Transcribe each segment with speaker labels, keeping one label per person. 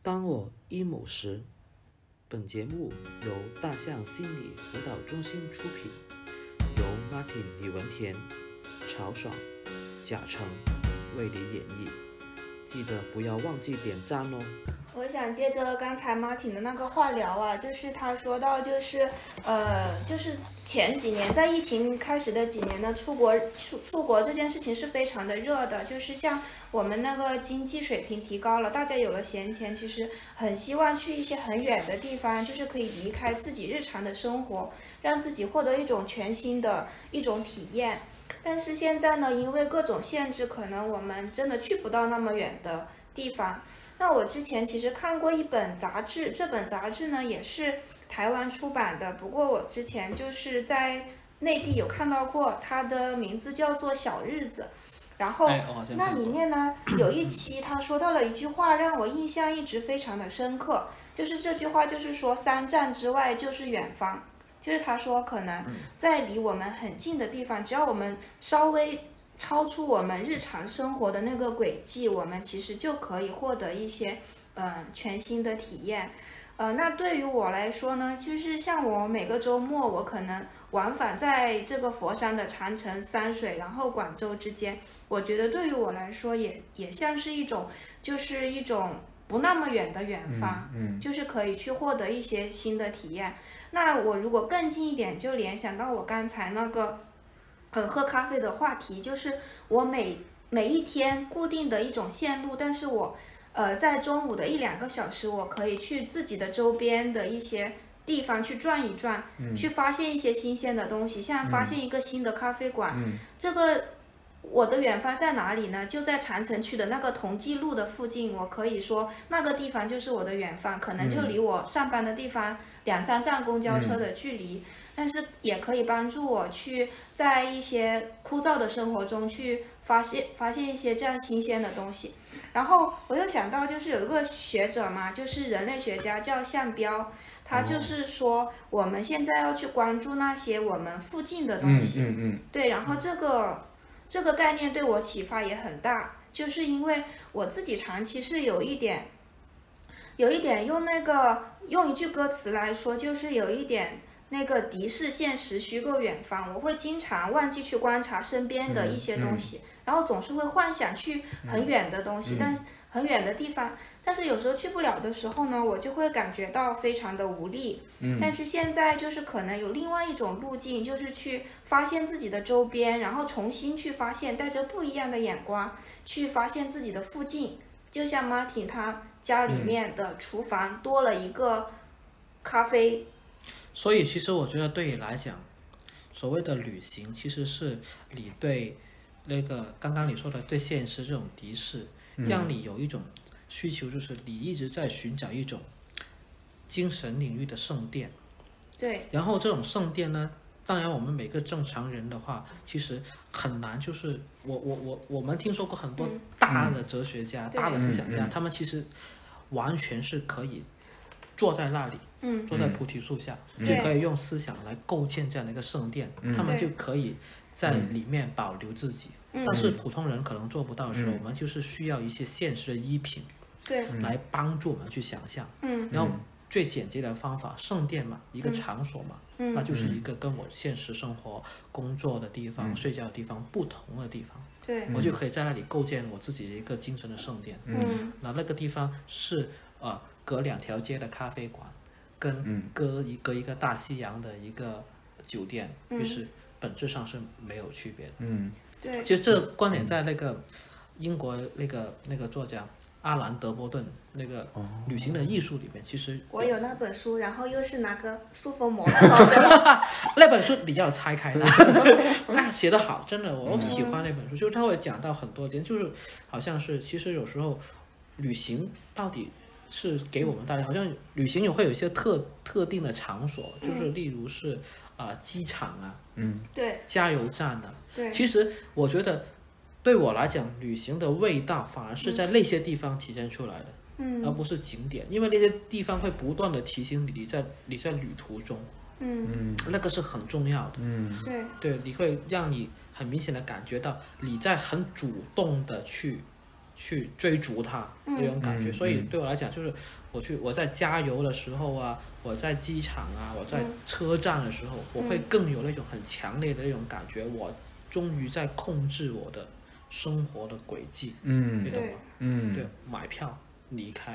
Speaker 1: 当我 emo 时，本节目由大象心理辅导中心出品，由 Martin 李文田、曹爽、贾成为你演绎。记得不要忘记点赞哦！
Speaker 2: 我想接着刚才 Martin 的那个话聊啊，就是他说到，就是呃，就是前几年在疫情开始的几年呢，出国出出国这件事情是非常的热的，就是像我们那个经济水平提高了，大家有了闲钱，其实很希望去一些很远的地方，就是可以离开自己日常的生活，让自己获得一种全新的一种体验。但是现在呢，因为各种限制，可能我们真的去不到那么远的地方。那我之前其实看过一本杂志，这本杂志呢也是台湾出版的，不过我之前就是在内地有看到过，它的名字叫做《小日子》。然后
Speaker 3: 哎，我好像
Speaker 2: 那
Speaker 3: 看
Speaker 2: 里
Speaker 3: 过
Speaker 2: 面呢有一期他说到了一句话，让我印象一直非常的深刻，就是这句话就是说三站之外就是远方，就是他说可能
Speaker 3: 嗯
Speaker 2: 在离我们很近的地方，只要我们稍微超出我们日常生活的那个轨迹，我们其实就可以获得一些嗯、呃全新的体验。呃，那对于我来说呢，就是像我每个周末，我可能往返在这个佛山的长城、山水，然后广州之间，我觉得对于我来说也也像是一种，就是一种不那么远的远方，
Speaker 4: 嗯，
Speaker 2: 就是可以去获得一些新的体验。那我如果更近一点，就联想到我刚才那个，呃，喝咖啡的话题，就是我每每一天固定的一种线路，但是我呃在中午的一两个小时，我可以去自己的周边的一些地方去转一转，去发现一些新鲜的东西，像发现一个新的咖啡馆，
Speaker 4: 嗯
Speaker 2: 这个。我的远方在哪里呢？就在长城区的那个同济路的附近，我可以说那个地方就是我的远方，可能就离我上班的地方两三站公交车的距离，但是也可以帮助我去在一些枯燥的生活中去发现发现一些这样新鲜的东西。然后我又想到，就是有一个学者嘛，就是人类学家叫项彪，他就是说我们现在要去关注那些我们附近的东
Speaker 4: 嗯
Speaker 2: 西，
Speaker 4: 嗯嗯，
Speaker 2: 对，然后这个这个概念对我启发也很大，就是因为我自己长期是有一点，有一点用那个用一句歌词来说，就是有一点那个敌视现实、虚构远方。我会经常忘记去观察身边的一些东西，然后总是会幻想去很远的东西，但很远的地方。但是有时候去不了的时候呢，我就会感觉到非常的无力。但是现在就是可能有另外一种路径，就是去发现自己的周边，然后重新去发现，带着不一样的眼光去发现自己的附近。就像 Martin 他家里面的厨房多了一个咖啡，
Speaker 3: 所以其实我觉得对你来讲，所谓的旅行其实是你对那个刚刚你说的对现实这种敌视，
Speaker 4: 嗯
Speaker 3: 让你有一种需求，就是你一直在寻找一种精神领域的圣殿。
Speaker 2: 对
Speaker 3: 然后这种圣殿呢，当然我们每个正常人的话，其实很难，就是我我我我们听说过很多大的哲学家、
Speaker 2: 嗯对
Speaker 3: 大的思想家，
Speaker 4: 嗯嗯
Speaker 3: 他们其实完全是可以坐在那里，
Speaker 2: 嗯，
Speaker 3: 坐在菩提树下，
Speaker 2: 嗯
Speaker 3: 就
Speaker 2: 对嗯
Speaker 3: 可以用思想来构建这样的一个圣殿，他们
Speaker 2: 对
Speaker 3: 就可以在里面保留自己。
Speaker 2: 嗯
Speaker 3: 但是普通人可能做不到的时候，我们就是需要一些现实的依
Speaker 2: 嗯
Speaker 3: 凭
Speaker 2: 对，
Speaker 3: 来帮助我们去想象。
Speaker 2: 嗯
Speaker 3: 然后最简洁的方法，圣殿嘛，一个场所嘛，
Speaker 2: 嗯
Speaker 3: 那就是一个跟我现实生活、工作的地方、睡觉的地方不同的地方，
Speaker 2: 对，
Speaker 3: 我就可以在那里构建我自己的一个精神的圣殿。
Speaker 2: 嗯
Speaker 3: 那那个地方是呃隔两条街的咖啡馆，跟隔一隔一个大西洋的一个酒店，
Speaker 2: 嗯
Speaker 3: 于是本质上是没有区别的。
Speaker 4: 嗯
Speaker 2: 对，
Speaker 3: 其实这个观点在那个英国那个那个作家阿兰·德波顿那个《旅行的艺术》里面，其实
Speaker 2: 我有那本书，然后又是拿个塑封膜包着，
Speaker 3: 那本书比较拆开的，
Speaker 2: 嗯
Speaker 3: 那写得好，真的，我喜欢那本书，就是他会讲到很多点，就是好像是其实有时候旅行到底是给我们带来，好像旅行也会有一些特特定的场所，
Speaker 2: 嗯
Speaker 3: 就是例如是啊、呃机场啊、
Speaker 2: 对
Speaker 3: 加油站啊，
Speaker 2: 对
Speaker 3: 其实我觉得对我来讲，旅行的味道反而是在那些地方体现出来的。
Speaker 2: 嗯
Speaker 3: 而不是景点，因为那些地方会不断的提醒你，你在你在旅途中，
Speaker 2: 嗯
Speaker 3: 那个是很重要的。
Speaker 4: 嗯
Speaker 2: 对
Speaker 3: 对，你会让你很明显的感觉到你在很主动的去去追逐它
Speaker 2: 嗯
Speaker 3: 那种感觉。
Speaker 1: 嗯
Speaker 3: 所以
Speaker 1: 嗯
Speaker 3: 对我来讲，就是我去我在加油的时候啊，我在机场啊，我在
Speaker 2: 嗯
Speaker 3: 车站的时候，我会更有那种很强烈的那种感觉，我终于在控制我的生活的轨迹，你
Speaker 4: 嗯
Speaker 3: 懂
Speaker 2: 对
Speaker 3: 吗？
Speaker 4: 嗯
Speaker 3: 对，买票离开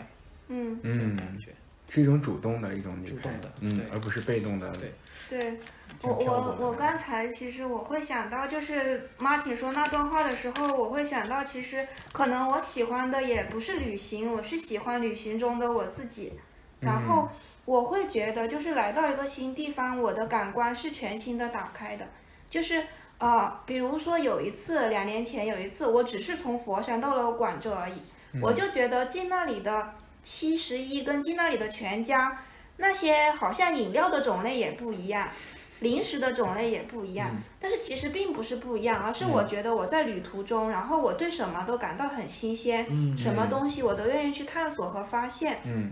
Speaker 2: 嗯，
Speaker 3: 那种
Speaker 4: 嗯，
Speaker 3: 感觉，
Speaker 4: 是一种主动的一种离
Speaker 3: 主
Speaker 4: 开
Speaker 3: 动的，
Speaker 4: 嗯
Speaker 3: 对，
Speaker 4: 而不是被动的。
Speaker 3: 对
Speaker 2: 对。
Speaker 4: 这
Speaker 2: 我
Speaker 4: 样漂泊
Speaker 2: 我
Speaker 4: 的
Speaker 2: 我
Speaker 4: 感
Speaker 2: 刚才其实我会想到，就是 Martin 说那段话的时候，我会想到，其实可能我喜欢的也不是旅行，我是喜欢旅行中的我自己。然后我会觉得，就是来到一个新地方，我的感官是全新的打开的。就是呃，比如说有一次，两年前有一次，我只是从佛山到了广州而已，我就觉得进那里的七十一跟进那里的全家，那些好像饮料的种类也不一样。零食的种类也不一样，但是其实并不是不一样，而是
Speaker 4: 嗯
Speaker 2: 我觉得我在旅途中，然后我对什么都感到很新鲜，什么东西我都愿意去探索和发现。
Speaker 4: 嗯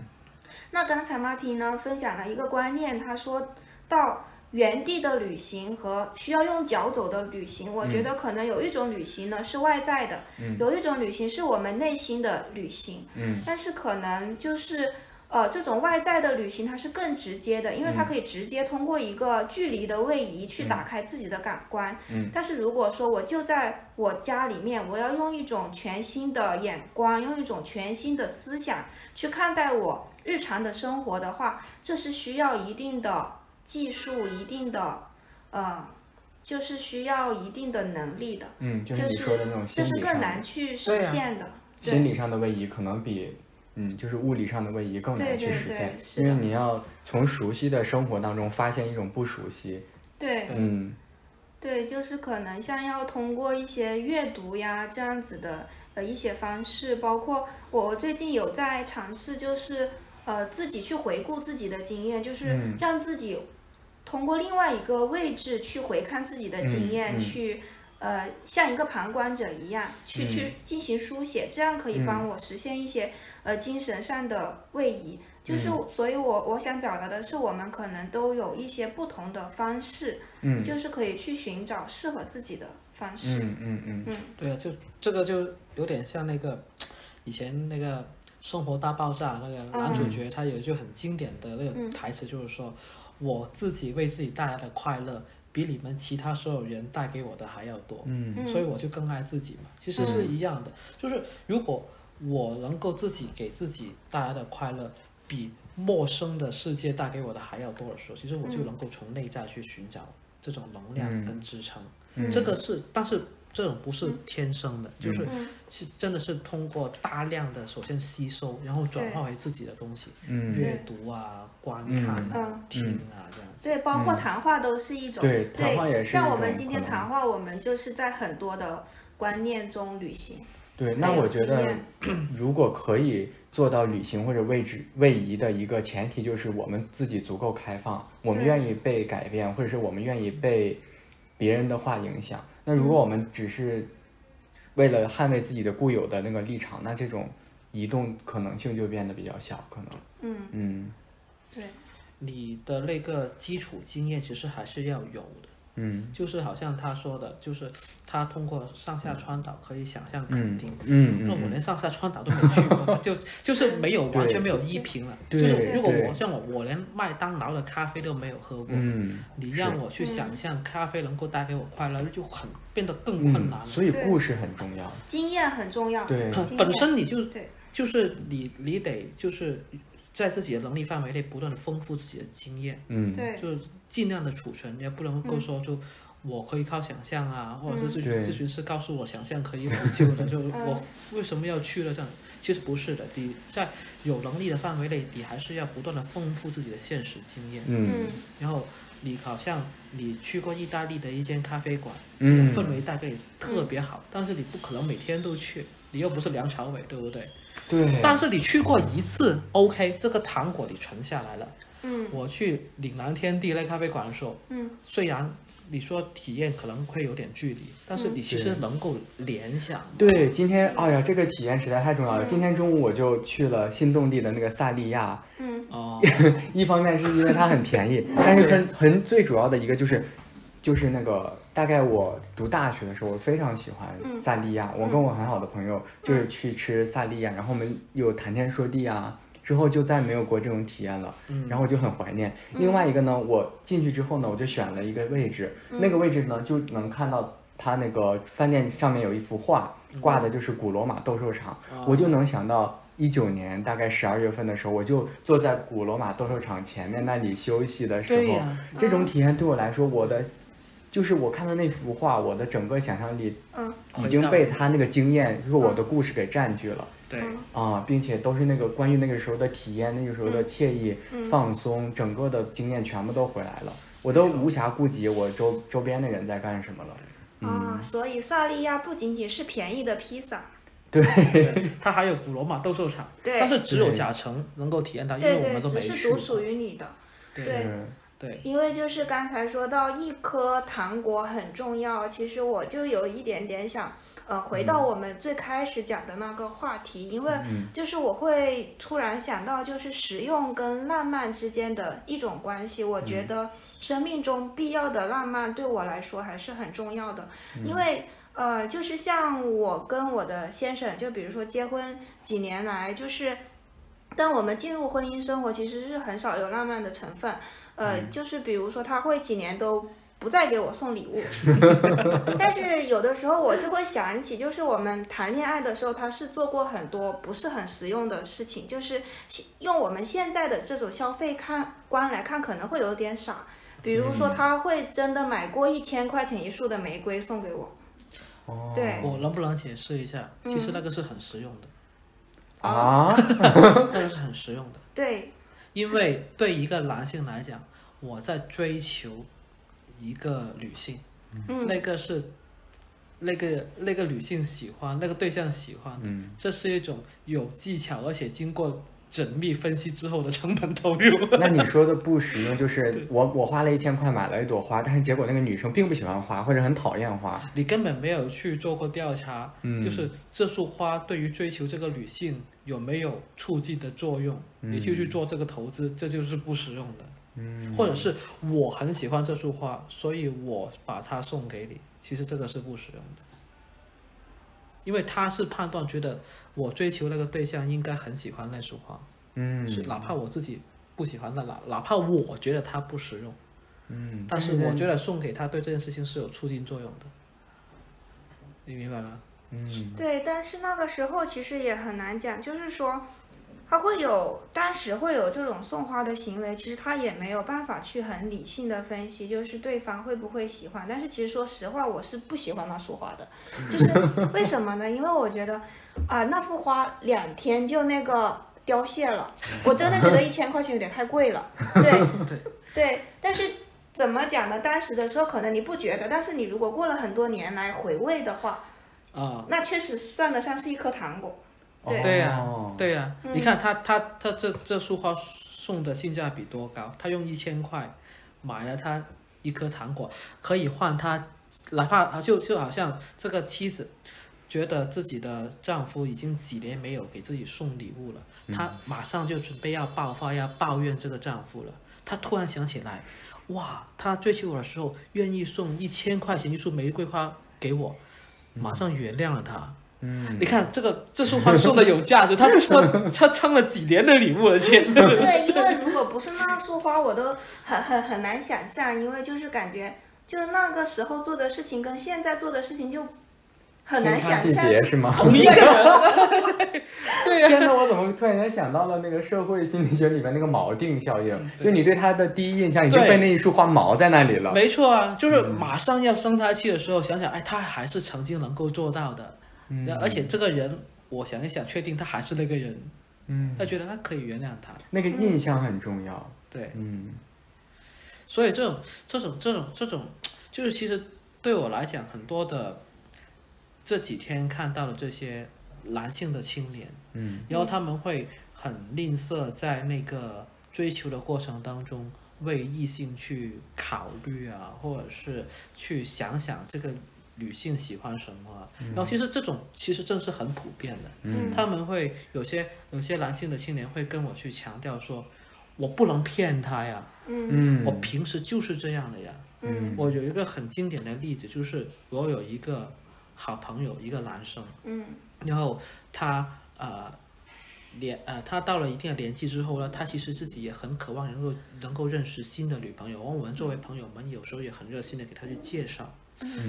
Speaker 2: 那刚才马蹄呢分享了一个观念，他说到原地的旅行和需要用脚走的旅行，
Speaker 4: 嗯
Speaker 2: 我觉得可能有一种旅行呢是外在的，有一种旅行是我们内心的旅行，
Speaker 4: 嗯
Speaker 2: 但是可能就是。呃，这种外在的旅行它是更直接的，因为它
Speaker 4: 嗯
Speaker 2: 可以直接通过一个距离的位移去打开自己的感官。
Speaker 4: 嗯
Speaker 2: 但是如果说我就在我家里面，我要用一种全新的眼光，用一种全新的思想去看待我日常的生活的话，这是需要一定的技术、一定的呃，就是需要一定的能力的，
Speaker 4: 嗯，就
Speaker 2: 就是
Speaker 4: 你说的那种
Speaker 2: 是这
Speaker 4: 心
Speaker 2: 是
Speaker 4: 理上
Speaker 2: 更
Speaker 4: 的
Speaker 2: 难去
Speaker 3: 对
Speaker 2: 实
Speaker 3: 啊
Speaker 2: 现的。
Speaker 4: 心理上的位移可能比嗯，就是物理上的位移更
Speaker 2: 对
Speaker 4: 难去
Speaker 2: 对
Speaker 4: 实
Speaker 2: 对
Speaker 4: 现，
Speaker 2: 是
Speaker 4: 因为
Speaker 2: 的
Speaker 4: 你要从熟悉的生活当中发现一种不熟悉。
Speaker 2: 对
Speaker 4: 嗯
Speaker 2: 对，就是可能像要通过一些阅读呀这样子的呃一些方式，包括我最近有在尝试，就是呃自己去回顾自己的经验，就是
Speaker 4: 嗯
Speaker 2: 让自己通过另外一个位置去回看自己的经
Speaker 4: 嗯
Speaker 2: 验，
Speaker 4: 嗯
Speaker 2: 去呃像一个旁观者一样去、去进行书写，这样可以
Speaker 4: 嗯
Speaker 2: 帮我实现一些、呃精神上的位移。就是我，所以我我想表达的是，我们可能都有一些不同的方式。
Speaker 4: 嗯
Speaker 2: 就是可以去寻找适合自己的方式。
Speaker 4: 嗯嗯嗯
Speaker 3: 对啊，就这个就有点像那个以前那个《生活大爆炸》那个男主角，他有一句很经典的那种台词，就是说：“我自己为自己带来的快乐，比你们其他所有人带给我的还要多。”
Speaker 4: 嗯
Speaker 2: 嗯
Speaker 3: 所以我就更爱自己嘛，其实是一样的。就是如果我能够自己给自己带来的快乐比陌生的世界带给我的还要多的时候，其实我就能够从内在去寻找这种能量
Speaker 4: 嗯
Speaker 3: 跟支撑。
Speaker 4: 嗯，
Speaker 3: 这个是，但是这种不是天生的，就是
Speaker 2: 嗯
Speaker 3: 是真的是通过大量的首先吸收，然后转化为自己的东西，
Speaker 4: 嗯
Speaker 3: 阅读啊、观看啊、
Speaker 2: 嗯
Speaker 3: 听啊这样子。
Speaker 2: 所以包括谈话都是一种、
Speaker 4: 对
Speaker 2: 对，
Speaker 4: 谈话也是一
Speaker 2: 像我
Speaker 4: 种
Speaker 2: 们今
Speaker 4: 可
Speaker 2: 天
Speaker 4: 能
Speaker 2: 谈话，我们就是在很多的观念中旅行。
Speaker 4: 对，那
Speaker 2: 还有
Speaker 4: 我觉
Speaker 2: 经
Speaker 4: 得
Speaker 2: 验，
Speaker 4: 如果可以做到旅行或者位置位移的一个前提，就是我们自己足够开放，我们
Speaker 2: 对
Speaker 4: 愿意被改变，或者是我们愿意被别人的话影响。那如
Speaker 3: 嗯
Speaker 4: 果我们只是为了捍卫自己的固有的那个立场，那这种移动可能性就变得比较小，可能。
Speaker 2: 嗯，
Speaker 4: 嗯
Speaker 2: 对，
Speaker 3: 你的那个基础经验其实还是要有的，
Speaker 4: 嗯
Speaker 3: 就是好像他说的，就是他通过上下川岛可以想象垦
Speaker 4: 嗯
Speaker 3: 丁。
Speaker 4: 嗯
Speaker 3: 那我
Speaker 4: 嗯
Speaker 3: 连上下川岛都没去 过，就就是没有完全没有依凭了。就
Speaker 4: 对
Speaker 3: 是如果
Speaker 4: 对
Speaker 3: 我像我，我连麦当劳的咖啡都没有喝过，
Speaker 4: 嗯，
Speaker 3: 你
Speaker 4: 是
Speaker 3: 让我去想象咖啡能够带给我快乐，那就很变得更困难了。
Speaker 4: 嗯所以
Speaker 2: 对
Speaker 4: 故事很重要。
Speaker 2: 经验很重要。
Speaker 4: 对
Speaker 2: 经
Speaker 3: 本
Speaker 2: 验
Speaker 3: 身你就
Speaker 2: 对
Speaker 3: 就是你你得就是在自己的能力范围内不断的丰富自己的经验，
Speaker 4: 嗯，
Speaker 2: 对
Speaker 3: 就是尽量的储存，也不能够说就。我可以靠想象啊，或者是咨询
Speaker 4: 嗯对
Speaker 3: 咨询师告诉我想象可以补救的，就
Speaker 2: 嗯
Speaker 3: 我为什么要去了这样？其实不是的，你在有能力的范围内，你还是要不断的丰富自己的现实经验。
Speaker 4: 嗯
Speaker 2: 嗯
Speaker 3: 然后你好像你去过意大利的一间咖啡馆，
Speaker 4: 嗯
Speaker 3: 氛围带给你特别好，但是你不可能每天都去，你又不是梁朝伟，对不对？
Speaker 4: 对，
Speaker 3: 但是你去过一次，OK，这个糖果你存下来了。
Speaker 2: 嗯
Speaker 3: 我去岭南天地那咖啡馆的时候，
Speaker 2: 嗯，
Speaker 3: 虽然你说体验可能会有点距离，
Speaker 2: 嗯
Speaker 3: 但是你其实
Speaker 4: 对
Speaker 3: 能够联想。
Speaker 4: 对，今天，哎呀，这个体验实在太重要了。今天中午我就去了新动地的那个萨利亚，
Speaker 2: 嗯
Speaker 3: 哦，
Speaker 4: 一方面是因为它很便宜，但是很很最主要的一个就是，就是那个大概我读大学的时候，我非常喜欢
Speaker 2: 嗯
Speaker 4: 萨莉亚。我跟我很好的朋友就是去吃萨莉亚，然后我们有谈天说地啊，之后就再没有过这种体验了。
Speaker 3: 嗯
Speaker 4: 然后我就很怀念。另
Speaker 2: 嗯
Speaker 4: 外一个呢，我进去之后呢，我就选了一个位置，那个位置呢就能看到它那个饭店上面有一幅画，
Speaker 2: 嗯
Speaker 4: 挂的就是古罗马斗兽场，
Speaker 3: 哦
Speaker 4: 我就能想到。一九年大概十二月份的时候，我就坐在古罗马斗兽场前面那里休息的时
Speaker 3: 对
Speaker 4: 候，
Speaker 3: 呀、
Speaker 4: 这种体验对我来说，我的就是我看到那幅画，我的整个想象力
Speaker 2: 嗯
Speaker 4: 已经被他那个经验，就是我的故事给占据了
Speaker 3: 对，
Speaker 4: 啊，并且都是那个关于那个时候的体验，那个时候的惬意、
Speaker 2: 嗯啊
Speaker 4: 放松，整个的经验全部都回来了，我都无暇顾及我周周边的人在干什么了。
Speaker 2: 啊，所以萨莉亚不仅仅是便宜的披萨，
Speaker 3: 对它还有古罗马斗兽场，
Speaker 2: 嗯对
Speaker 3: 但是只有
Speaker 4: 对
Speaker 3: 甲城能够体验到，因为
Speaker 2: 对
Speaker 3: 我
Speaker 2: 对，
Speaker 3: 们都
Speaker 2: 只
Speaker 3: 没
Speaker 2: 是
Speaker 3: 去
Speaker 2: 独
Speaker 3: 过。
Speaker 2: 属于你的。对
Speaker 4: 嗯
Speaker 3: 对，
Speaker 2: 因为就是刚才说到一颗糖果很重要，其实我就有一点点想，呃，回到我们最开始讲的那个话题，因为就是我会突然想到，就是实用跟浪漫之间的一种关系。我觉得生命中必要的浪漫对我来说还是很重要的，因为。呃，就是像我跟我的先生，就比如说结婚几年来，就是当我们进入婚姻生活，其实是很少有浪漫的成分。呃，就是比如说他会几年都不再给我送礼物，但是有的时候我就会想起，就是我们谈恋爱的时候，他是做过很多不是很实用的事情，就是用我们现在的这种消费看观来看，可能会有点傻。比如说，他会真的买过一千块钱一束的玫瑰送给我，
Speaker 4: 哦
Speaker 2: 对
Speaker 3: 我能不能解释一下？其实那个是很实用的，
Speaker 4: 啊，
Speaker 2: 嗯
Speaker 3: 那个是很实用的，
Speaker 2: 对，
Speaker 3: 因为对一个男性来讲，我在追求一个女性，
Speaker 2: 嗯，
Speaker 3: 那个是那个那个女性喜欢，那个对象喜欢，
Speaker 4: 嗯，
Speaker 3: 这是一种有技巧而且经过缜密分析之后的成本投入。
Speaker 4: 那你说的不实用，就是我我花了一千块买了一朵花，但是结果那个女生并不喜欢花，或者很讨厌花。
Speaker 3: 你根本没有去做过调查，
Speaker 4: 嗯
Speaker 3: 就是这束花对于追求这个女性有没有促进的作用，你就去做这个投资，这就是不实用的。嗯，或者是我很喜欢这束花，所以我把它送给你，其实这个是不实用的，因为他是判断觉得我追求那个对象应该很喜欢那束花，
Speaker 4: 嗯，
Speaker 3: 是哪怕我自己不喜欢那哪哪怕我觉得它不实用，
Speaker 4: 嗯，
Speaker 3: 但是我觉得送给他对这件事情是有促进作用的，你明白吗？
Speaker 4: 嗯
Speaker 2: 对，但是那个时候其实也很难讲，就是说，他会有当时会有这种送花的行为，其实他也没有办法去很理性的分析，就是对方会不会喜欢。但是其实说实话，我是不喜欢那束花的，就是为什么呢？因为我觉得啊、那幅花两天就那个凋谢了，我真的觉得一千块钱有点太贵了。对
Speaker 3: 对
Speaker 2: 对，但是。怎么讲呢？当时的时候可能你不觉得，但是你如果过了很多年来回味的话，
Speaker 3: 啊、
Speaker 2: 那确实算得上是一颗糖 果。对
Speaker 3: 对啊呀、
Speaker 4: 哦
Speaker 3: 对呀、你看他他他这这束花送的性价比多高？他用一千块买了他一颗糖果，可以换他，哪怕啊就就好像这个妻子觉得自己的丈夫已经几年没有给自己送礼物了，她马上就准备要爆发要抱怨这个丈夫了。她突然想起来，哇，他追求我的时候愿意送一千块钱一束玫瑰花给我，马上原谅了他。
Speaker 4: 嗯，
Speaker 3: 你看这个这束花送的有价 值，他他他撑了几年的礼物了，亲。
Speaker 2: 对，因为如果不是那束花，我都很很很难想象，因为就是感觉，就是那个时候做的事情跟现在做的事情就很难想
Speaker 4: 天差
Speaker 2: 象
Speaker 4: 地别
Speaker 2: 是
Speaker 4: 是吗？
Speaker 2: 同 一个人。
Speaker 4: 天呐，我怎么突然间想到了那个社会心理学里面那个锚定效应？
Speaker 3: 嗯对
Speaker 4: 就你对他的第一印象已经
Speaker 3: 对
Speaker 4: 被那一束花锚在那里了。
Speaker 3: 没错啊，就是
Speaker 2: 嗯
Speaker 3: 马上要生他气的时候，想想，哎，他还是曾经能够做到的，
Speaker 4: 嗯
Speaker 3: 而且这个人，我想一想，确定他还是那个人，
Speaker 4: 嗯，
Speaker 3: 他觉得他可以原谅他。
Speaker 4: 那个印象很重要。
Speaker 3: 对，
Speaker 4: 嗯
Speaker 3: 所以这种这种这种这种，就是其实对我来讲，很多的这几天看到的这些男性的青年，
Speaker 4: 嗯，
Speaker 3: 然后他们会很吝啬在那个追求的过程当中为异性去考虑啊，或者是去想想这个女性喜欢什么啊、然后其实这种其实正是很普遍的，
Speaker 2: 嗯
Speaker 3: 他们会有些有些男性的青年会跟我去强调说，我不能骗他呀，
Speaker 2: 嗯
Speaker 4: 嗯，
Speaker 3: 我平时就是这样的呀。
Speaker 2: 嗯
Speaker 3: 我有一个很经典的例子，就是我有一个好朋友，一个男生，
Speaker 2: 嗯
Speaker 3: 然后他呃年呃他到了一定的年纪之后呢，他其实自己也很渴望能够能够认识新的女朋友，而我们作为朋友们，有时候也很热心的给他去介绍。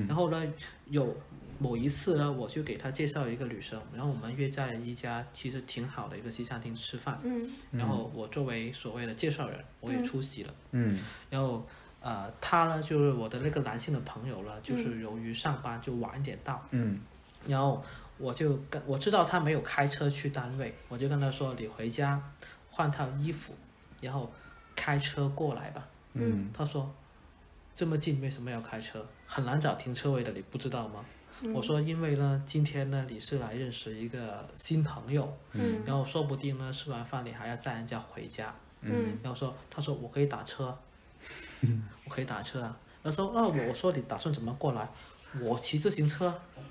Speaker 3: 然后呢，有某一次呢，我就给他介绍一个女生，然后我们约在了一家其实挺好的一个西餐厅吃饭，
Speaker 2: 嗯
Speaker 3: 然后我作为所谓的介绍人，我也出席了。
Speaker 4: 嗯
Speaker 3: 然后呃，他呢就是我的那个男性的朋友了，就是由于上班就晚一点到，
Speaker 4: 嗯
Speaker 3: 然后我就跟我知道他没有开车去单位，我就跟他说你回家换套衣服，然后开车过来吧。
Speaker 4: 嗯
Speaker 3: 他说这么近为什么要开车？很难找停车位的，你不知道吗？我说因为呢，今天呢你是来认识一个新朋友，
Speaker 2: 嗯
Speaker 3: 然后说不定呢吃完饭你还要载人家回家。
Speaker 2: 嗯
Speaker 3: 然后说，他说我可以打车， 我可以打车啊。然后说，那我我说你打算怎么过来？我骑自行车。
Speaker 4: 嗯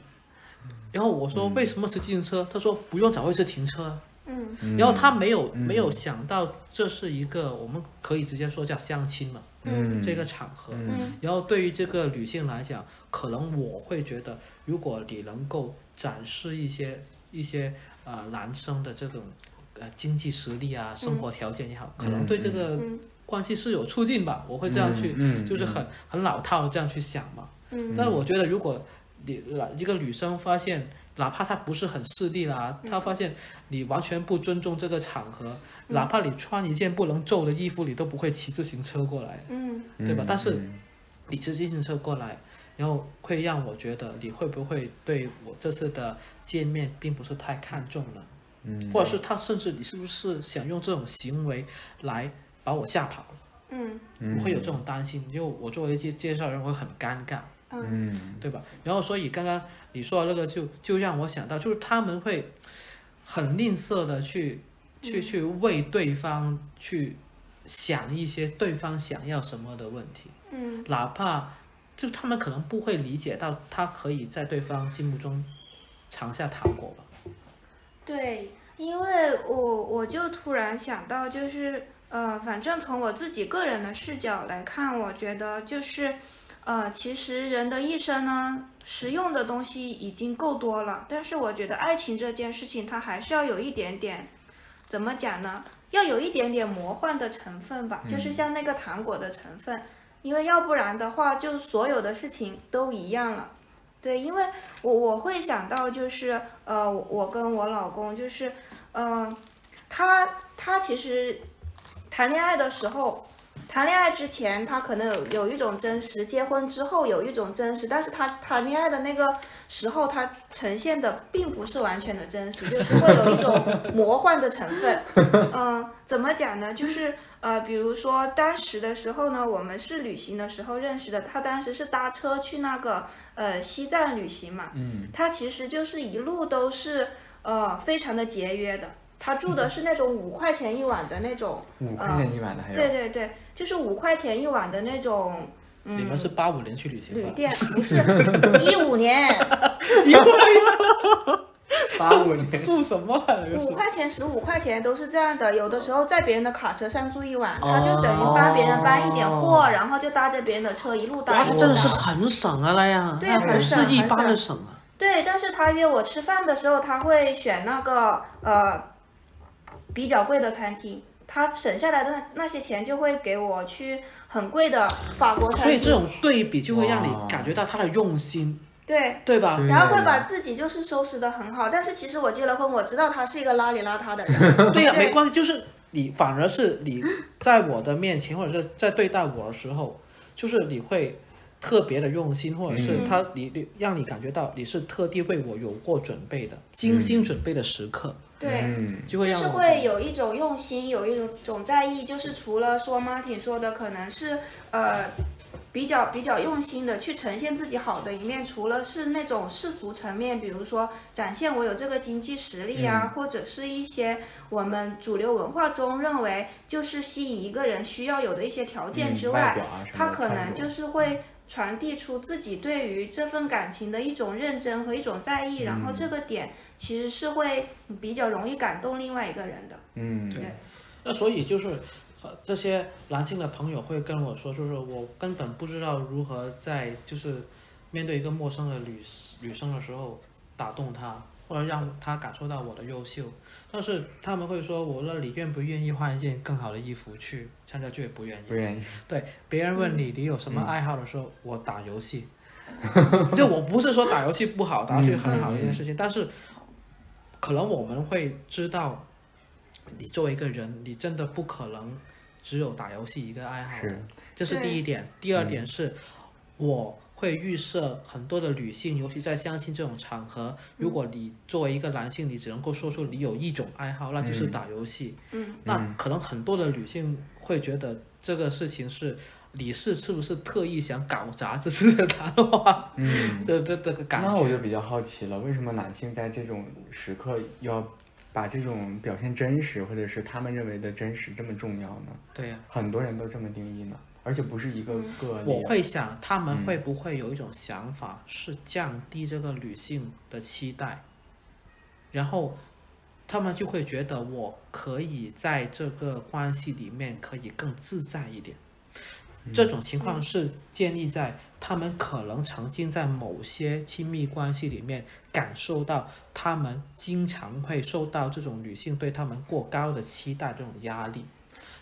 Speaker 3: 然后我说为什么骑自行车？他说不用找位置停车。
Speaker 2: 嗯
Speaker 4: 嗯，
Speaker 3: 然后他没有
Speaker 4: 嗯
Speaker 3: 没有想到这是一个我们可以直接说叫相亲嘛
Speaker 4: 嗯
Speaker 3: 这个场合。
Speaker 4: 嗯
Speaker 2: 嗯
Speaker 3: 然后对于这个女性来讲，可能我会觉得，如果你能够展示一些一些呃男生的这种呃经济实力啊、生活条件也好，可能对这个
Speaker 2: 嗯
Speaker 3: 关系是有促进吧，我会这样去，
Speaker 4: 嗯嗯
Speaker 3: 就是很很老套的这样去想嘛。
Speaker 2: 嗯
Speaker 3: 但我觉得如果你呃一个女生发现，哪怕她不是很势利啦，
Speaker 2: 嗯
Speaker 3: 她发现你完全不尊重这个场合，
Speaker 2: 嗯
Speaker 3: 哪怕你穿一件不能皱的衣服，你都不会骑自行车过来，
Speaker 2: 嗯
Speaker 4: 嗯
Speaker 3: 对吧但是
Speaker 4: 嗯
Speaker 3: 你骑自行车过来，然后会让我觉得你会不会对我这次的见面并不是太看重了，
Speaker 4: 嗯
Speaker 3: 或者是他甚至你是不是想用这种行为来把我吓跑？
Speaker 2: 嗯
Speaker 4: 嗯
Speaker 3: 我会有这种担心，因为我作为一介介绍人，我会很尴尬，
Speaker 2: 嗯
Speaker 4: 嗯
Speaker 3: 对吧？然后，所以刚刚你说的那个就，就让我想到，就是他们会很吝啬的去
Speaker 4: 嗯
Speaker 3: 去去为对方去想一些对方想要什么的问题，
Speaker 2: 嗯
Speaker 3: 哪怕就他们可能不会理解到，他可以在对方心目中尝下糖果吧。
Speaker 2: 对，因为我我就突然想到，就是呃，反正从我自己个人的视角来看，我觉得就是呃，其实人的一生呢，实用的东西已经够多了，但是我觉得爱情这件事情，它还是要有一点点，怎么讲呢？要有一点点魔幻的成分吧，就是像那个糖果的成分，因为要不然的话，就所有的事情都一样了。对，因为我我会想到就是呃，我跟我老公就是，嗯、他他其实呃谈恋爱的时候，谈恋爱之前他可能有有一种真实，结婚之后有一种真实，但是他谈恋爱的那个时候，他呈现的并不是完全的真实，就是会有一种魔幻的成分。嗯、怎么讲呢？就是。呃，比如说当时的时候呢，我们是旅行的时候认识的。他当时是搭车去那个呃西藏旅行嘛，
Speaker 4: 嗯
Speaker 2: 他其实就是一路都是呃非常的节约的。他住
Speaker 3: 嗯
Speaker 2: 的是那种五块钱一晚的那种，
Speaker 4: 五块钱一
Speaker 3: 哎
Speaker 4: 晚的还
Speaker 2: 嗯
Speaker 4: 有
Speaker 2: 对对对，就是五块钱一晚的那种
Speaker 3: 你们是八五年去旅行
Speaker 2: 旅
Speaker 3: 吧？
Speaker 2: 店，不是一五年
Speaker 4: 八五年，
Speaker 3: 住什么啊？那个
Speaker 2: 五
Speaker 3: 是
Speaker 2: 块钱、十五块钱都是这样的。有的时候在别人的卡车上住一晚，他
Speaker 3: 哦
Speaker 2: 就等于帮别人搬一点货，然后就搭着别人的车一路搭
Speaker 3: 哇，
Speaker 2: 一
Speaker 3: 这
Speaker 2: 路
Speaker 3: 真的
Speaker 2: 搭
Speaker 3: 是很省啊，那样，
Speaker 2: 对
Speaker 3: 那不
Speaker 2: 很
Speaker 3: 是
Speaker 2: 省
Speaker 3: 一
Speaker 2: 很
Speaker 3: 般
Speaker 2: 省
Speaker 3: 的省啊。
Speaker 2: 对，但是他约我吃饭的时候，他会选那个呃比较贵的餐厅，他省下来的那那些钱就会给我去很贵的法国餐厅。
Speaker 3: 所以这种对比就会让你感觉到他的用心，
Speaker 2: 对，
Speaker 3: 对吧？
Speaker 4: 对
Speaker 2: 然后会把自己就是收拾的很好，但是其实我结了婚，我知道他是一个邋里邋遢的人。
Speaker 3: 对呀、没关系，就是你反而是你在我的面前，或者是在对待我的时候，就是你会特别的用心，或者是他你你让你感觉到你是特地为我有过准备的，精心准备的时刻，
Speaker 2: 对。
Speaker 4: 嗯
Speaker 3: 就会
Speaker 2: 就
Speaker 3: 让
Speaker 2: 是
Speaker 3: 我
Speaker 2: 会有一种用心，有一种种在意，就是除了说 Martin 说的，可能是呃比较比较用心的去呈现自己好的一面，除了是那种世俗层面，比如说展现我有这个经济实力
Speaker 3: 嗯
Speaker 2: 啊，或者是一些我们主流文化中认为就是吸引一个人需要有的一些条件之
Speaker 4: 嗯
Speaker 2: 外，
Speaker 4: 表啊什么
Speaker 2: 他
Speaker 4: 的
Speaker 2: 可
Speaker 4: 穿
Speaker 2: 能
Speaker 4: 着
Speaker 2: 就是会传递出自己对于这份感情的一种认真和一种在意，然后
Speaker 4: 嗯
Speaker 2: 这个点其实是会比较容易感动另外一个人的。
Speaker 4: 嗯
Speaker 3: 那所以就是，呃这些男性的朋友会跟我说，就是我根本不知道如何在就是面对一个陌生的女女生的时候打动她，或者让她感受到我的优秀。但是他们会说，我那你愿不愿意换一件更好的衣服去参加聚会？不愿意。
Speaker 4: 不愿意。
Speaker 3: 对别人问你你有什么爱好的时候，我打游戏。就我不是说打游戏不好，打游戏很好的一件事情，但是可能我们会知道，你作为一个人，你真的不可能只有打游戏一个
Speaker 2: 哦
Speaker 3: 爱好的
Speaker 4: 是，
Speaker 3: 这是
Speaker 2: 对
Speaker 3: 第一点。第二点是，我会预设很多的女性，尤其在相亲这种场合，如果你作为一个男性，你只能够说出你有一种爱好，那就是打游戏。
Speaker 2: 嗯，
Speaker 3: 那可能很多的女性会觉得这个事情是。你是是不是特意想搞砸这次的谈
Speaker 2: 哦
Speaker 3: 话？嗯，这这这个感
Speaker 4: 那我
Speaker 3: 觉，
Speaker 4: 就比较好奇了，为什么男性在这种时刻要把这种表现真实，或者是他们认为的真实这么重要呢？
Speaker 3: 对呀、
Speaker 4: 很多人都这么定义呢，而且不是一个
Speaker 2: 嗯
Speaker 4: 个例。
Speaker 3: 我会想，他们会不会有一种想法是降低这个女性的期待，然后他们就会觉得我可以在这个关系里面可以更自在一点。这种情况是建立在他们可能曾经在某些亲密关系里面感受到，他们经常会受到这种女性对他们过高的期待这种压力。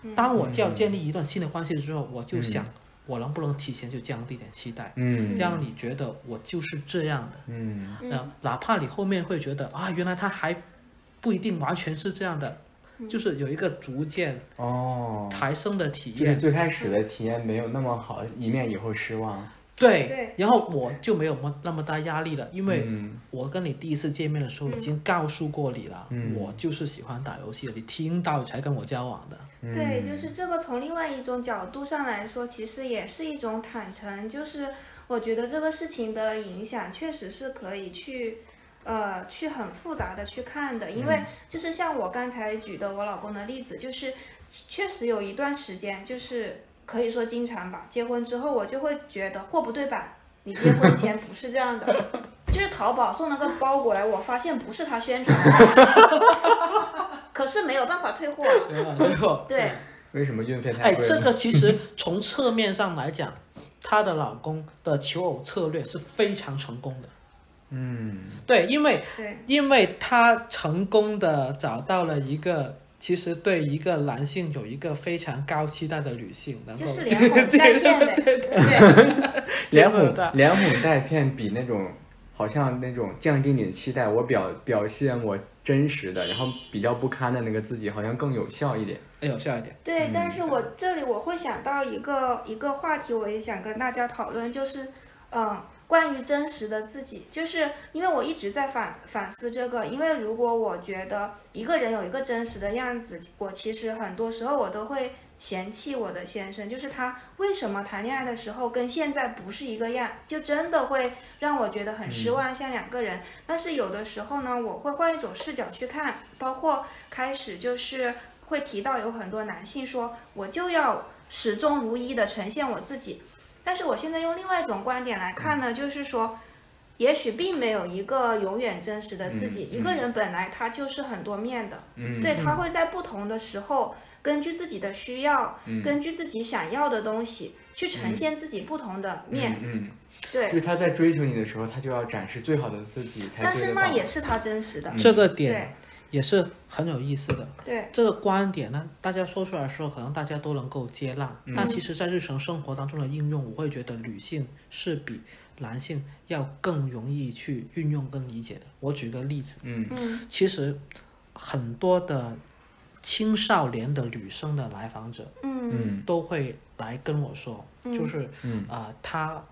Speaker 2: 嗯
Speaker 3: 当我
Speaker 4: 嗯
Speaker 3: 要建立一段新的关系之后，我就想，我能不能提前就降低点期待，
Speaker 4: 嗯
Speaker 3: 让你觉得我就是这样的。
Speaker 4: 嗯
Speaker 3: 嗯，哪怕你后面会觉得啊，原来他还不一定完全是这样的，就是有一个逐渐
Speaker 4: 哦，
Speaker 3: 抬升的体
Speaker 4: 就是
Speaker 3: 验。
Speaker 4: 最开始的体验没有那么好，以免以后失望。
Speaker 3: 对，
Speaker 2: 对
Speaker 3: 然后我就没有么那么大压力了，因为
Speaker 4: 嗯
Speaker 3: 我跟你第一次见面的时候已经告诉过你了，
Speaker 4: 嗯
Speaker 3: 我就是喜欢打游戏的，你听到才跟我交往的。
Speaker 2: 对，就是这个。从另外一种角度上来说，其实也是一种坦诚。就是我觉得这个事情的影响，确实是可以去，呃，去很复杂的去看的。因为就是像我刚才举的我老公的例子，就是确实有一段时间，就是可以说经常吧。结婚之后，我就会觉得货不对版，你结婚前不是这样的。 就是淘宝送了个包裹来，我发现不是他宣传的， 可是没有办法退货。
Speaker 3: 对吧？ 最后，
Speaker 2: 对，
Speaker 4: 为什么运费太
Speaker 3: 哎，
Speaker 4: 贵了？
Speaker 3: 这个其实从侧面上来讲，她的老公的求偶策略是非常成功的。
Speaker 4: 嗯
Speaker 3: 对，因为
Speaker 2: 对，
Speaker 3: 因为她成功的找到了一个。其实对一个男性有一个非常高期待的女性，能够
Speaker 2: 就是连哄带骗 呗， 对，
Speaker 4: 连
Speaker 3: 结果
Speaker 4: 哄
Speaker 3: 大
Speaker 4: 连哄带骗比那种好像那种降低你的期待，我表表现我真实的，然后比较不堪的那个自己，好像更有效一点。
Speaker 3: 哎有效一点。
Speaker 2: 对。但是我这里我会想到一个一个话题，我也想跟大家讨论，就是嗯，关于真实的自己，就是因为我一直在反反思这个，因为如果我觉得一个人有一个真实的样子，我其实很多时候我都会嫌弃我的先生，就是他为什么谈恋爱的时候跟现在不是一个样，就真的会让我觉得很失望，像两个人。但是有的时候呢，我会换一种视角去看，包括开始就是会提到有很多男性说，我就要始终如一的呈现我自己。但是我现在用另外一种观点来看呢，就是说，也许并没有一个永远真实的自己。
Speaker 4: 嗯
Speaker 2: 一个人本来他就是很多面的，
Speaker 4: 嗯
Speaker 2: 对他会在不同的时候，根据自己的需要，
Speaker 4: 嗯
Speaker 2: 根据自己想要的东西，去呈现自己不同的面。
Speaker 4: 嗯，
Speaker 2: 对，
Speaker 4: 就是他在追求你的时候，他就要展示最好的自己才
Speaker 2: 但
Speaker 4: 追
Speaker 2: 是
Speaker 4: 得到。
Speaker 2: 那也是他真实的。
Speaker 4: 嗯
Speaker 3: 这个
Speaker 2: 对
Speaker 3: 点也是很有意思的。
Speaker 2: 对，
Speaker 3: 这个观点呢，大家说出来的时候，可能大家都能够接纳，但其实，在日常生活当中的应用，我会觉得女性是比男性要更容易去运用跟理解的。我举个例子，
Speaker 4: 嗯
Speaker 2: 嗯
Speaker 3: 其实很多的青少年的女生的来访者
Speaker 2: 嗯
Speaker 4: 嗯
Speaker 3: 都会来跟我说，就是
Speaker 4: 嗯
Speaker 3: 啊、呃她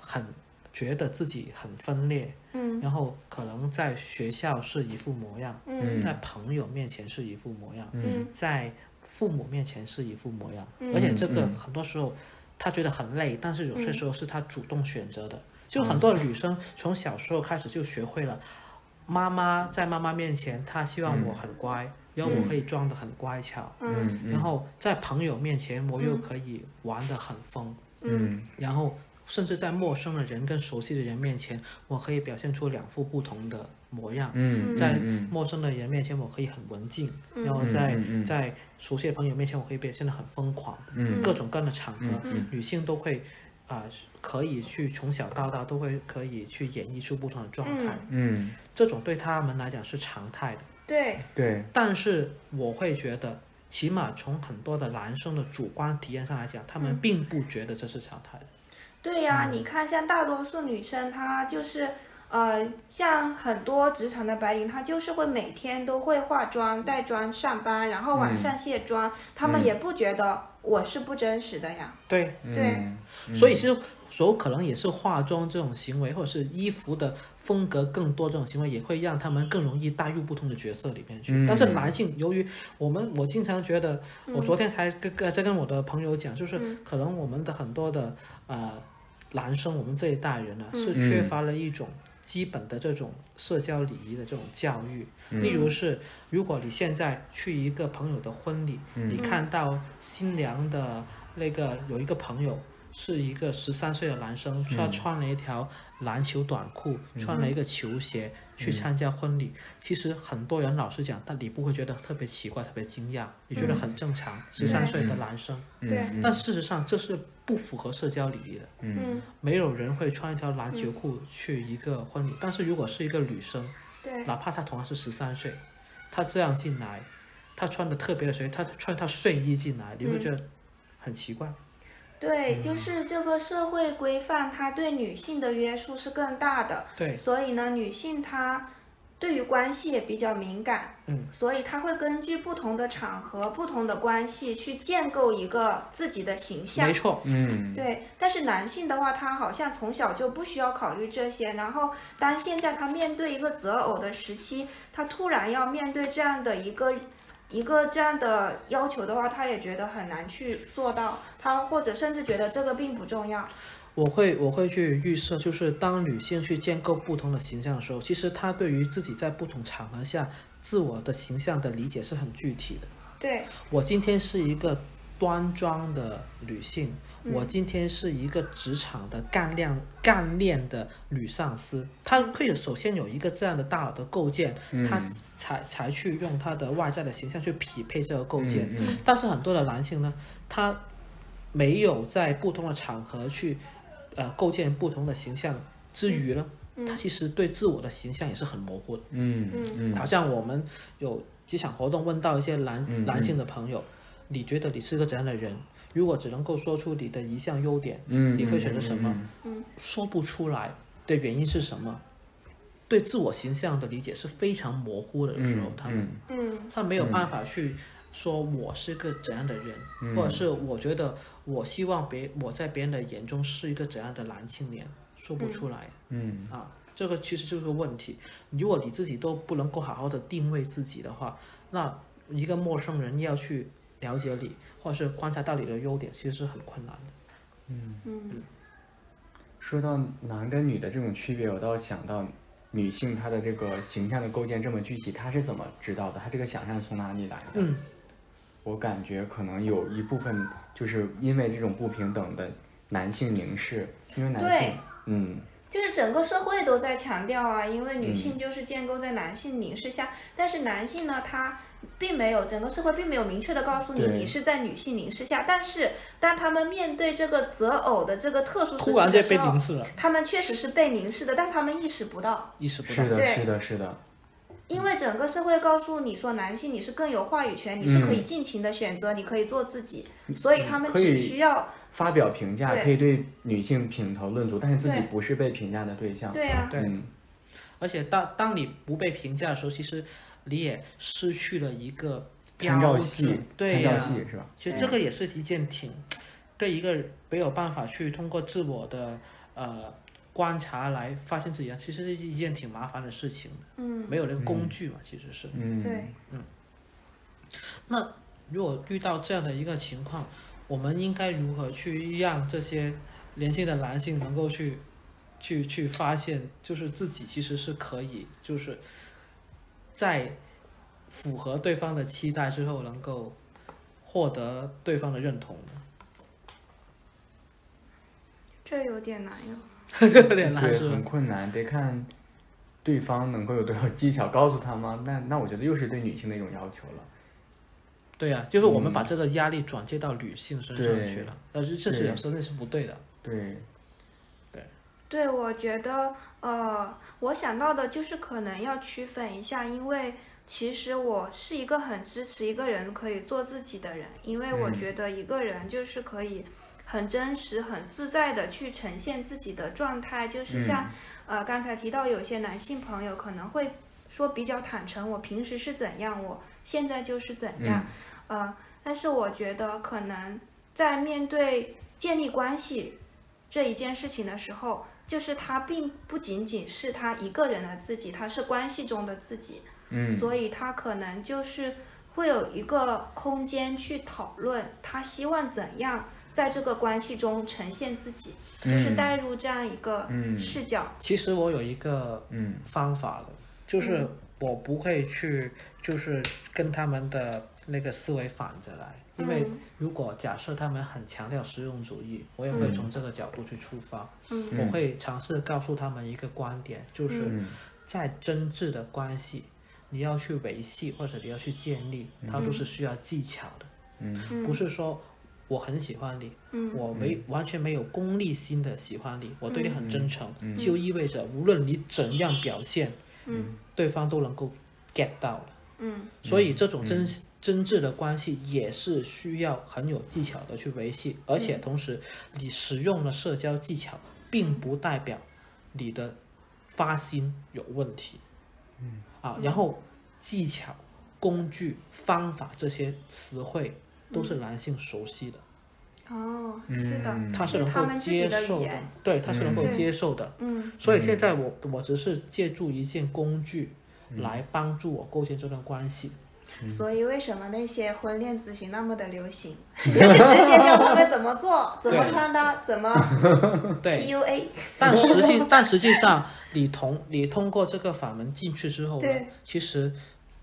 Speaker 3: 很觉得自己很分裂，
Speaker 2: 嗯
Speaker 3: 然后可能在学校是一副模样，
Speaker 2: 嗯
Speaker 3: 在朋友面前是一副模样。
Speaker 2: 嗯
Speaker 3: 在父母面前是一副模样，
Speaker 2: 嗯
Speaker 3: 而且这个
Speaker 4: 嗯
Speaker 3: 很多时候他觉得很累，但是有些
Speaker 2: 嗯
Speaker 3: 时候是他主动选择
Speaker 4: 嗯
Speaker 3: 的。就很多女生从小时候开始就学会了，妈妈在妈妈面前，她希望我很乖，然后我可以装得很乖巧，
Speaker 2: 嗯
Speaker 4: 嗯，
Speaker 3: 然后在朋友面前我又可以玩得很疯，
Speaker 4: 嗯
Speaker 3: 然后甚至在陌生的人跟熟悉的人面前，我可以表现出两副不同的模样。
Speaker 4: 嗯，嗯
Speaker 3: 在
Speaker 4: 嗯
Speaker 3: 陌生的人面前，我可以很文静；然后在
Speaker 4: 嗯嗯嗯
Speaker 3: 在熟悉的朋友面前，我可以表现得很疯狂。
Speaker 4: 嗯
Speaker 3: 各种各样的场合
Speaker 4: 嗯，嗯
Speaker 3: 女性都会啊、可以去从小到大都会可以去演绎出不同的状态。
Speaker 4: 嗯，
Speaker 3: 这种对他们来讲是常态的。
Speaker 2: 对，
Speaker 4: 对，
Speaker 3: 但是我会觉得，起码从很多的男生的主观体验上来讲，他们并不觉得这是常态的。
Speaker 2: 对呀、你看，像大多数女生，她就是，呃，像很多职场的白领，她就是会每天都会化妆、带妆上班，然后晚上卸妆，她们也不觉得我是不真实的呀。
Speaker 3: 对，
Speaker 2: 对
Speaker 4: 嗯，
Speaker 3: 所以其实所有可能也是化妆这种行为，或者是衣服的风格更多这种行为，也会让他们更容易带入不同的角色里面去。
Speaker 4: 嗯
Speaker 3: 但是男性，由于我们我经常觉得，我
Speaker 2: 嗯
Speaker 3: 昨天还跟呃跟在跟我的朋友讲，就是可能我们的很多的呃男生，我们这一代人
Speaker 2: 嗯
Speaker 3: 呢、是缺乏了一种。基本的这种社交礼仪的这种教育，例如是，如果你现在去一个朋友的婚礼，你看到新娘的那个有一个朋友，是一个十三岁的男生，他穿了一条篮球短裤，穿了一个球鞋去参加婚礼。其实很多人老实讲，但你不会觉得特别奇怪、特别惊讶，你觉得很正常。十三岁的男生，
Speaker 2: 对
Speaker 4: 嗯
Speaker 3: 但事实上这是不符合社交礼仪的。
Speaker 2: 嗯，
Speaker 3: 没有人会穿一条篮球裤去一个婚礼，但是如果是一个女生，
Speaker 2: 对，
Speaker 3: 哪怕她同样是十三岁，她这样进来，她穿的特别的随意，她穿一套睡衣进来，你会觉得很奇怪。
Speaker 2: 对，就是这个社会规范，它对女性的约束是更大的。
Speaker 3: 对，
Speaker 2: 所以呢，女性她对于关系也比较敏感，
Speaker 3: 嗯，
Speaker 2: 所以她会根据不同的场合、不同的关系去建构一个自己的形象
Speaker 3: 没。错，
Speaker 4: 嗯，
Speaker 2: 对，但是男性的话，他好像从小就不需要考虑这些。然后，当现在他面对一个择偶的时期，他突然要面对这样的一个一个这样的要求的话，他也觉得很难去做到。他或者甚至觉得这个并不重要。
Speaker 3: 我会我会去预设，就是当女性去建构不同的形象的时候，其实她对于自己在不同场合下自我的形象的理解是很具体的。
Speaker 2: 对，
Speaker 3: 我今天是一个端庄的女性，我今天是一个职场的干练干练的女上司，她会有首先有一个这样的大脑的构建，她才才去用她的外在的形象去匹配这个构建。
Speaker 4: 嗯嗯
Speaker 3: 但是很多的男性呢，他没有在不同的场合去呃构建不同的形象之余呢，他其实对自我的形象也是很模糊的。
Speaker 4: 嗯嗯
Speaker 3: 好像我们有几场活动问到一些男、
Speaker 4: 嗯
Speaker 3: 男性的朋友，你觉得你是个怎样的人？如果只能够说出你的一项优点，
Speaker 4: 嗯，
Speaker 3: 你会选择什么？说不出来的原因是什么？对自我形象的理解是非常模糊的。有
Speaker 4: 嗯？
Speaker 3: 时候他们、
Speaker 4: 嗯
Speaker 2: 嗯
Speaker 3: 他没有办法去说我是个怎样的人，
Speaker 4: 嗯
Speaker 3: 或者是我觉得我希望别我在别人的眼中是一个怎样的男青年，说不出来。
Speaker 4: 嗯
Speaker 3: 啊，这个其实就是个问题。如果你自己都不能够好好的定位自己的话，那一个陌生人要去了解你，或者是观察到你的优点，其实是很困难的。
Speaker 4: 说到男跟女的这种区别，我倒想到女性她的这个形象的构建这么具体，她是怎么知道的？她这个想象从哪里来的？
Speaker 3: 嗯，
Speaker 4: 我感觉可能有一部分就是因为这种不平等的男性凝视，因为男
Speaker 2: 对
Speaker 4: 性，嗯
Speaker 2: 就是整个社会都在强调啊，因为女性就是建构在男性凝视下，但是男性呢，他并没有整个社会并没有明确的告诉你
Speaker 4: 对
Speaker 2: 你是在女性凝视下，但是当他们面对这个择偶的这个特殊时
Speaker 3: 突
Speaker 2: 期
Speaker 3: 然
Speaker 2: 的
Speaker 3: 间
Speaker 2: 时
Speaker 3: 被
Speaker 2: 候
Speaker 3: 凝，视了，
Speaker 2: 他们确实是被凝视的，但他们意识不到，
Speaker 3: 意识不到
Speaker 4: 是。的，
Speaker 2: 对
Speaker 4: 是的，是的，
Speaker 2: 因为整个社会告诉你说男性你是更有话语权，你是可以尽情的选择，你可以做自己，所以他们
Speaker 4: 嗯可以
Speaker 2: 只需要
Speaker 4: 发表评价
Speaker 2: 对
Speaker 4: 可以对女性品头论足，但是自己
Speaker 2: 对
Speaker 4: 不是被评价的对象。
Speaker 2: 对啊，
Speaker 3: 对
Speaker 4: 嗯
Speaker 3: 而且当当你不被评价的时候，其实你也失去了一个
Speaker 4: 参照
Speaker 3: 标
Speaker 4: 系
Speaker 3: 准，，对
Speaker 4: 参
Speaker 3: 呀、
Speaker 4: 照系是吧？
Speaker 3: 其实这个也是一件挺对一个人没有办法去通过自我的呃观察来发现自己的，其实是一件挺麻烦的事情的。嗯，没有那个工具嘛，其实是。
Speaker 4: 嗯，
Speaker 2: 对，
Speaker 3: 那如果遇到这样的一个情况，我们应该如何去让这些年轻的男性能够去去去发现，就是自己其实是可以，就是在符合对方的期待之后，能够 获得对方的认同的。
Speaker 2: 这有点难呀。
Speaker 3: 这有点难
Speaker 4: 对，
Speaker 3: 是吧
Speaker 4: 很？困难，得看对方能够有多少技巧告诉他吗？那那我觉得又是对女性的一种要求了。
Speaker 3: 对呀、就是我们把这个压力转借到女性身上
Speaker 4: 嗯对
Speaker 3: 去了，但是这是
Speaker 4: 对
Speaker 3: 有时候那是不对的。
Speaker 4: 对，
Speaker 2: 对，我觉得，呃，我想到的就是可能要区分一下，因为其实我是一个很支持一个人可以做自己的人，因为我
Speaker 4: 嗯
Speaker 2: 觉得一个人就是可以很真实、很自在的去呈现自己的状态，就是像呃，刚才提到有些男性朋友可能会说比较坦诚，我平时是怎样，我现在就是怎
Speaker 4: 嗯
Speaker 2: 样，呃，但是我觉得可能在面对建立关系这一件事情的时候，就是他并不仅仅是他一个人的自己，他是关系中的自己，
Speaker 4: 嗯，
Speaker 2: 所以他可能就是会有一个空间去讨论他希望怎样在这个关系中呈现自己，就是
Speaker 4: 嗯
Speaker 2: 带入这样一个
Speaker 4: 嗯
Speaker 2: 视角。
Speaker 3: 其实我有一个
Speaker 4: 嗯
Speaker 3: 方法的，
Speaker 2: 嗯
Speaker 3: 就是我不会去，就是跟他们的那个思维反着来，因为
Speaker 2: 嗯
Speaker 3: 如果假设他们很强调实用主义，我也会从这个角度去出发，
Speaker 2: 嗯
Speaker 3: 我会尝试告诉他们一个观点，就是
Speaker 4: 嗯
Speaker 3: 在真挚的关系，你要去维系或者你要去建立，它都是需要技巧的，
Speaker 4: 嗯
Speaker 2: 嗯
Speaker 3: 不是说我很喜欢你，
Speaker 2: 嗯
Speaker 3: 我没完全没有功利心的喜欢你，我对你很真诚，
Speaker 4: 嗯
Speaker 3: 就意味着无论你怎样表现，
Speaker 2: 嗯
Speaker 3: 对方都能够 get 到的。
Speaker 2: 嗯
Speaker 3: 所以这种真、真挚的关系也是需要很有技巧的去维系，而且同时你使用了社交技巧，并不代表你的发心有问题。嗯啊，然后技巧、工具、方法这些词汇都是男性熟悉的。
Speaker 2: 哦，是的，
Speaker 4: 嗯
Speaker 3: 他是能
Speaker 2: 他
Speaker 3: 够
Speaker 2: 们自己
Speaker 3: 接
Speaker 2: 的语
Speaker 3: 受的
Speaker 2: 言，
Speaker 3: 对，他是能够
Speaker 2: 嗯
Speaker 3: 接受的。
Speaker 2: 嗯嗯
Speaker 3: 所以现在我我只是借助一件工具来帮助我构建这段 关系。嗯
Speaker 2: 所以为什么那些婚恋咨询那么的流 行？就是直接教他们怎么做、怎么
Speaker 3: 对
Speaker 2: 穿搭、怎么
Speaker 3: 对，
Speaker 2: PUA。
Speaker 3: 但实 际但实际上，你同你通过这个法门进去之后呢
Speaker 2: 对，
Speaker 3: 其实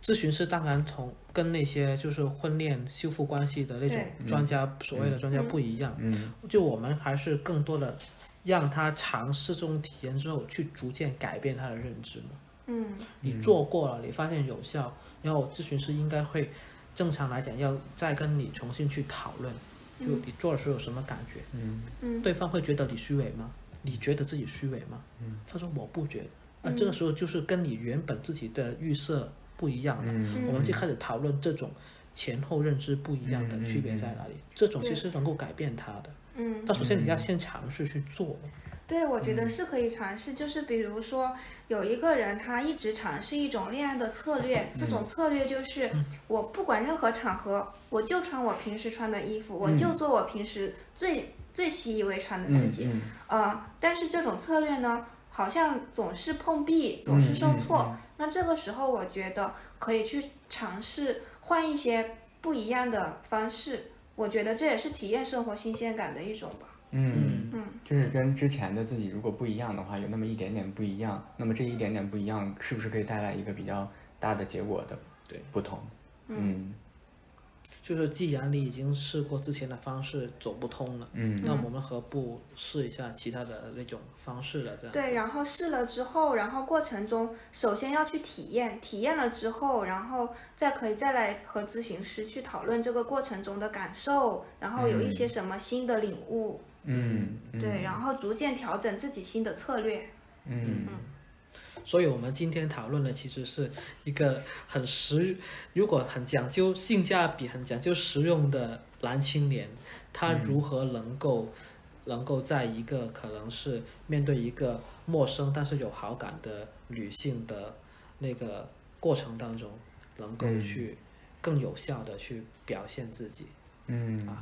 Speaker 3: 咨询师当然从跟那些就是婚恋修复关系的那种
Speaker 2: 对
Speaker 3: 专家所谓的专家不一样，
Speaker 4: 嗯
Speaker 3: 就我们还是更多的让他尝试这种体验之后，去逐渐改变他的认知嘛。
Speaker 2: 嗯
Speaker 3: 你做过了，你发现有效，然后咨询师应该会正常来讲要再跟你重新去讨论，就你做的时候有什么感觉？
Speaker 4: 嗯
Speaker 2: 嗯
Speaker 3: 对方会觉得你虚伪吗？你觉得自己虚伪吗？
Speaker 4: 嗯，
Speaker 3: 他说我不觉得。那啊这个时候就是跟你原本自己的预设不一样了，
Speaker 4: 嗯
Speaker 3: 我们就开始讨论这种前后认知不一样的区别在哪里。
Speaker 4: 嗯
Speaker 3: 这种其实能够改变他的，
Speaker 2: 嗯，
Speaker 3: 但首先你要先尝试去做。
Speaker 2: 对，我觉得是可以尝试，就是比如说有一个人他一直尝试一种恋爱的策略，
Speaker 3: 嗯
Speaker 2: 这种策略就是我不管任何场合，我就穿我平时穿的衣服，
Speaker 3: 嗯
Speaker 2: 我就做我平时最最习以为常的自己。
Speaker 4: 嗯
Speaker 2: 呃，但是这种策略呢，好像总是碰壁，总是受挫。那这个时候，我觉得可以去尝试换一些不一样的方式。我觉得这也是体验生活新鲜感的一种吧。
Speaker 4: 嗯，就是跟之前的自己如果不一样的话，有那么一点点不一样，那么这一点点不一样，是不是可以带来一个比较大的结果的
Speaker 3: 对
Speaker 4: 不同？嗯
Speaker 3: 就是既然你已经试过之前的方式走不通了，
Speaker 4: 嗯
Speaker 3: 那我们何不试一下其他的那种方式了？这样
Speaker 2: 对，然后试了之后，然后过程中首先要去体验，体验了之后，然后再可以再来和咨询师去讨论这个过程中的感受，然后有一些什么新的领悟，
Speaker 4: 嗯
Speaker 2: 对，然后逐渐调整自己新的策略。
Speaker 4: 嗯
Speaker 3: 所以我们今天讨论的其实是一个很实，如果很讲究性价比、很讲究实用的男青年，他如何能够、能够在一个可能是面对一个陌生但是有好感的女性的那个过程当中，能够去更有效的去表现自己。
Speaker 4: 嗯
Speaker 3: 啊，